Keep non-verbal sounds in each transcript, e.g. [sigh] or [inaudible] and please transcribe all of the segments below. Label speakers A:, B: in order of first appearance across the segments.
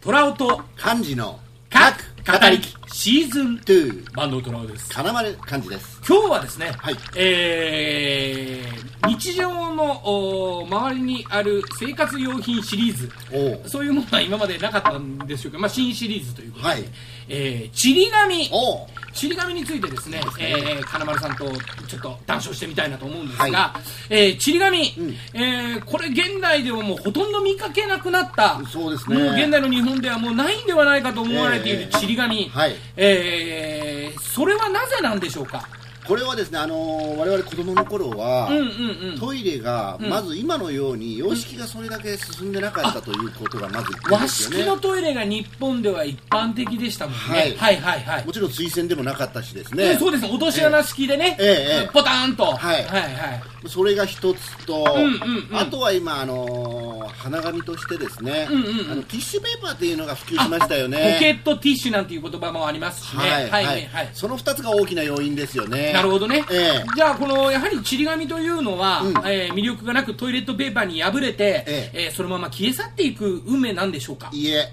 A: トラウト
B: 漢字の
A: 各
B: 各
A: 語りきシーズン
B: トゥ
A: バンドトラウです
B: 金丸漢字です
A: 今日はですね、
B: はい
A: えー日常のお周りにある生活用品シリーズ
B: おお
A: そういうものは今までなかったんでしょうか、まあ、新シリーズということで、
B: はい
A: えーちり紙
B: おお
A: ちり紙についてですね、えー金丸さんとちょっと談笑してみたいなと思うんですが、
B: は
A: えーちり紙、
B: ん
A: えーこれ現代ではもうほとんど見かけなくなった、
B: そうですね
A: もう現代の日本ではもうないんではないかと思われてい
B: え
A: る
B: え
A: ちり紙、
B: はい
A: えーそれはなぜなんでしょうか。
B: これはですねあのー我々子供の頃は、
A: うんうんうん
B: トイレがまず今のように様式がそれだけ進んでなかったということがまず一点
A: 和
B: です
A: 式
B: よ
A: の
B: ね
A: トイレが日本では一般的でしたもんね。
B: はい
A: はい、はい、はい
B: も。ちろん推薦でもなかったしです
A: うん
B: ね
A: そうですね、落とし穴式でね、
B: ええええ
A: ポターンと、
B: はい
A: はいはい
B: それが一つと、
A: んうんうん
B: あとは今あのー花紙としてですね、
A: うんうんうん
B: あのティッシュペーパーっていうのが普及しましたよね
A: ポケットティッシュなんていう言葉もありますしね、
B: はいはい、
A: はいはい
B: その2つが大きな要因ですよね
A: なるほどね、
B: ええ
A: じゃあこのやはりちり紙というのは、
B: うん
A: えー魅力がなくトイレットペーパーに破れて、え
B: え
A: ーそのまま消え去っていく運命なんでしょうか
B: いえ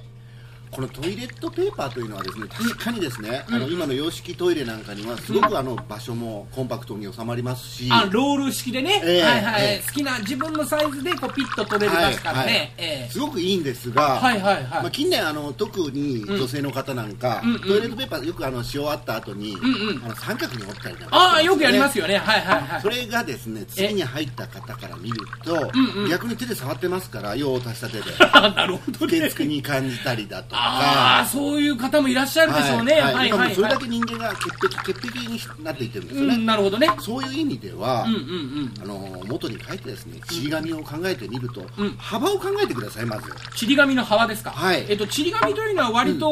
B: このトイレットペーパーというのはですね確かにですね、あの今の洋式トイレなんかにはすごくあの場所もコンパクトに収まりますし、
A: あロール式でね、
B: ええ
A: はいはい
B: ええ
A: 好きな自分のサイズでこうピッと取れる
B: はい
A: ですからね、
B: はい
A: え
B: すごくいいんですが、
A: えはいはいはい、
B: まあ、近年あの特に女性の方なんか、
A: うんうん
B: トイレットペーパーよくあの使用あった後に、
A: んうん
B: あの三角に折ったりなんか
A: ああ
B: して
A: よくやります
B: よね
A: よねはいはいはい
B: それがですね次に入った方から見ると、
A: うんうん
B: 逆に手で触ってますから用を足
A: [laughs]
B: した手で
A: なるほど
B: 不
A: ね
B: 潔に感じたりだと
A: あ
B: か
A: あそういう方もいらっしゃるでしょうね、
B: はい
A: は
B: は
A: はい
B: いいなん
A: は
B: かもう
A: い
B: それだけ人間が潔癖潔癖になっていってるんですよ
A: う
B: ね、
A: ん、なるほどね
B: そういう意味では、
A: うんうんうん
B: あの元に書いてですねちり紙を考えてみると、
A: うん
B: 幅を考えてくださいまず
A: ちり紙の幅ですか、
B: はい
A: えっと、ちり紙というのは割と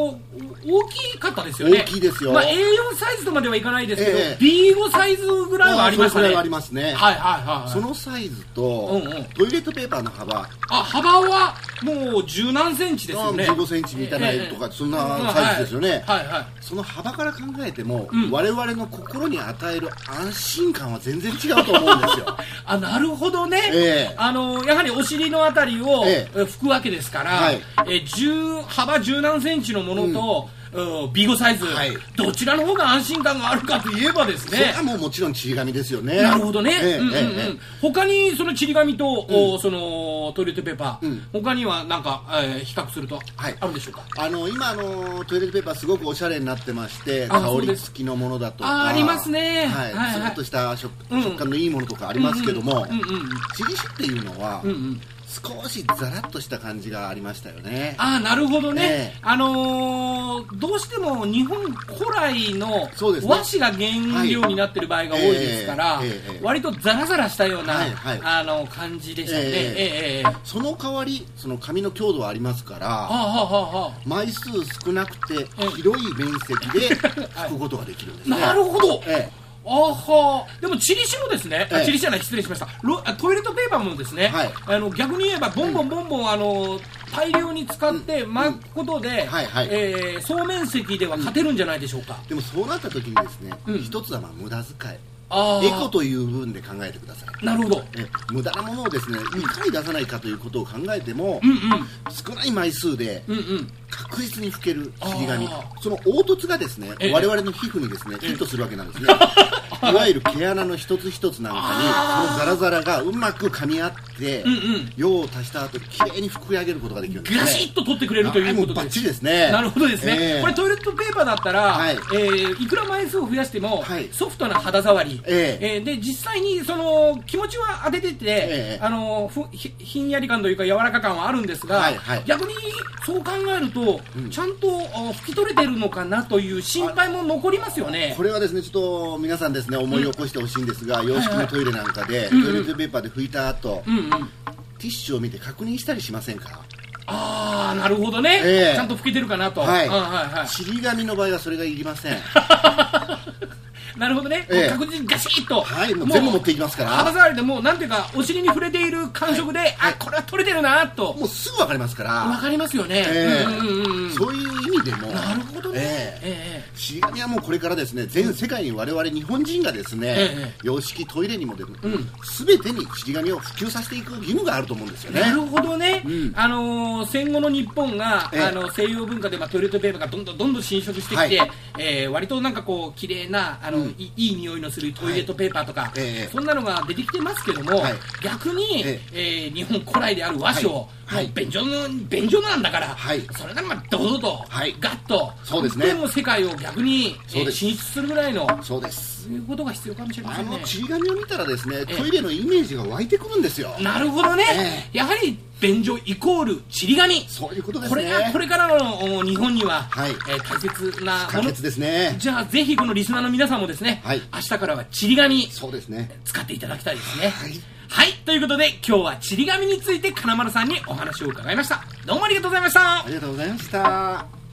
A: 大きかったですよね、
B: 大きいですよ
A: まあ、A4 サイズとまではいかないですけど、
B: ええ
A: B5 サイズぐらいはありまし
B: そ
A: たね
B: れぐらいはありますね、
A: はいはいはい
B: そのサイズと、
A: うんうん
B: トイレットペーパーの幅
A: あ幅はもう十何センチですよね
B: 15センチみたいな
A: ええ
B: とかそんなサイズですよね
A: うんはい、はいはい [laughs]
B: その幅から考えても、
A: うん
B: 我々の心に与える安心感は全然違うと思うん
A: [laughs]
B: ですよ
A: あなるほどね、
B: ええ
A: あのやはりお尻のあたりを、
B: え
A: え拭くわけですから、
B: はい
A: え10幅十何センチのものと、うん、B5 サイズ、
B: はい
A: どちらの方が安心感があるかといえばです
B: それ
A: ね
B: はもうもちろんちり紙ですよね
A: なるほどね、
B: ええ
A: うんうんうん
B: ええええ
A: 他にそのちり紙と、おそのトイレットペーパー、
B: うん
A: 他にはなんか、えー比較すると
B: はい
A: あるでしょうか、
B: あの今あのトイレットペーパーすごくおしゃれになってまして
A: あ
B: 香
A: そうで
B: り
A: す
B: 付きのものだと
A: あ
B: か
A: ありますね
B: はい
A: はいはい
B: つるっとした食,、
A: うん
B: 食感のいいものとかありますけども、
A: うんうんうん
B: ちりしっていうのは、
A: うんうん
B: 少しザラッとした感じがありましたよね
A: ああなるほどね、
B: ええ
A: あのーどうしても日本古来の
B: そうですね
A: 和紙が原料になってる場合が多いですから、
B: はいええええええ
A: 割とザラザラしたような、
B: はいはい
A: あの感じでしたね、え
B: え
A: え
B: え
A: ええ
B: その代わりその紙の強度はありますから
A: ああはあはあはあ
B: 枚数少なくて
A: うん
B: 広い面積で拭くことができるんですね。
A: なるほど、
B: ええ
A: あはでもチリ紙もですね、あ
B: ええ
A: チリ紙じゃない失礼しましたロあトイレットペーパーもですね、
B: はい
A: あの逆に言えばボンボンボンボン、あの大量に使って巻くことで、
B: はいはい
A: えー総面積では勝てるんじゃないでしょうか、
B: でもそうなった時にですね、
A: うん
B: 一つはまあ無駄遣い
A: あ
B: エコ
A: あ
B: という部分で考えてください
A: なるほど
B: ええ無駄なものをですねいかに出さないかということを考えても、
A: うん
B: 少ない枚数で
A: うんうんうん
B: 確実に拭ける切り紙
A: あ
B: その凹凸がですね
A: ええ
B: 我々の皮膚にですねヒットするわけなん
A: [laughs]
B: ですねいわゆる毛穴の一つ一つなんかにそのザラザラがうまく噛み合って、
A: うんうん
B: 用を足した後きれいに拭き上げることができるんですね
A: ガシッと取ってくれるということ
B: あもうバ
A: で
B: ッ
A: す
B: チリですね
A: なるほどですね、
B: ええ
A: これトイレットペーパーだったら、
B: はい
A: いえーいくら枚数を増やしても、
B: はい
A: ソフトな肌触り、
B: ええ
A: ーで実際にその気持ちは当ててて、
B: ええ
A: あのふひひんやり感というか柔らか感はあるんですが、
B: はいはい
A: 逆にそう考えると、ちゃんとあ拭き取れてるのかなという心配も残りますよね
B: こ。れはですねちょっと皆さんですね思い起こしてほしいんですが、洋式のトイレなんかで、トイレットペーパーで拭いた後、
A: うん
B: テ
A: うん、
B: ィッシュを見て確認したりしませんか
A: ああなるほどね、
B: ええ
A: ちゃんと拭けてるかなと、
B: はい
A: うんはいはい
B: ちり紙の場合はそれがいりません
A: なるほどね、
B: ええ
A: 確実にガシッと、
B: はいもう全部持っていきますから
A: 肌触りでもうなんていうかお尻に触れている感触で、あこれは取れてるなと
B: もうすぐ分かりますから
A: わかりますよね、
B: ええ
A: うんうんうんうん
B: そういう意味でも
A: なるほどね、
B: ええ
A: ええ
B: シガニはもうこれからですね全世界に我々日本人がですね、
A: ええ
B: 洋式トイレにもですね、
A: ん
B: 全てにシリガニを普及させていく義務があると思うんですよね
A: なるほどね、
B: うん
A: あのー戦後の日本が、
B: ええ
A: あの西洋文化で、まあ、トイレットペーパーがどんどんどんどん侵食してきて、
B: はい
A: えー割となんかこう綺麗なあの、
B: うん
A: いいい匂いのするトイレットペーパーとか、
B: ええ
A: そんなのが出てきてますけども、
B: はい
A: 逆に、
B: え
A: えー日本古来である和紙を、
B: はい
A: もう便所の便所なんだから、
B: はい
A: それならまあ堂々と、
B: はい
A: ガッと
B: そうですね
A: 本当にもう世界を逆に、え
B: そう
A: ー
B: です
A: 進出するぐらいの
B: そうです
A: そういうことが必要かもしれま
B: あ
A: せん
B: の
A: ね。
B: ちり紙を見たらですね
A: ええ
B: トイレのイメージが湧いてくるんですよ
A: なるほどね、
B: え
A: やはり便所イコールちり紙
B: そういうことです
A: こ
B: ね
A: れがこれからのお日本には、
B: はい
A: えー大切な
B: 可
A: もの
B: 決ですね
A: じゃあぜひこのリスナーの皆さんもですね、
B: はい
A: 明日からはちり紙
B: そうですね
A: 使っていただきたいですね
B: はい
A: はい、ということで今日はちり紙について金丸さんにお話を伺いましたどうもありがとうございました
B: ありがとうございました